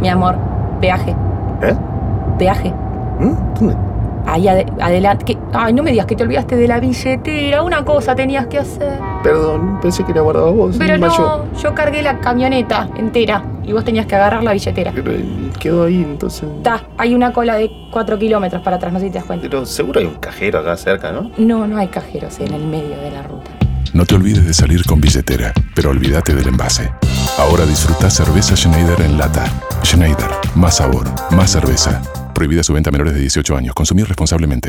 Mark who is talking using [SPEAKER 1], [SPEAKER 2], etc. [SPEAKER 1] mi amor. Peaje,
[SPEAKER 2] ¿Eh?
[SPEAKER 1] peaje.
[SPEAKER 2] ¿Mm? ¿Dónde?
[SPEAKER 1] Ahí adelante. Ay, no me digas que te olvidaste de la billetera. Una cosa tenías que hacer.
[SPEAKER 2] Perdón, pensé que la guardabas vos.
[SPEAKER 1] Pero
[SPEAKER 2] Iba yo.
[SPEAKER 1] no, yo cargué la camioneta entera y vos tenías que agarrar la billetera.
[SPEAKER 2] Pero eh, quedó ahí, entonces.
[SPEAKER 1] Ta, hay una cola de 4 kilómetros para atrás, no sé si te das cuenta.
[SPEAKER 2] Pero seguro hay un cajero acá cerca, ¿no?
[SPEAKER 1] No, no hay cajeros en el medio de la ruta.
[SPEAKER 3] No te olvides de salir con billetera, pero olvídate del envase. Ahora disfruta cerveza Schneider en lata. Schneider, más sabor, más cerveza. Prohibida su venta a menores de 18 años. Consumir responsablemente.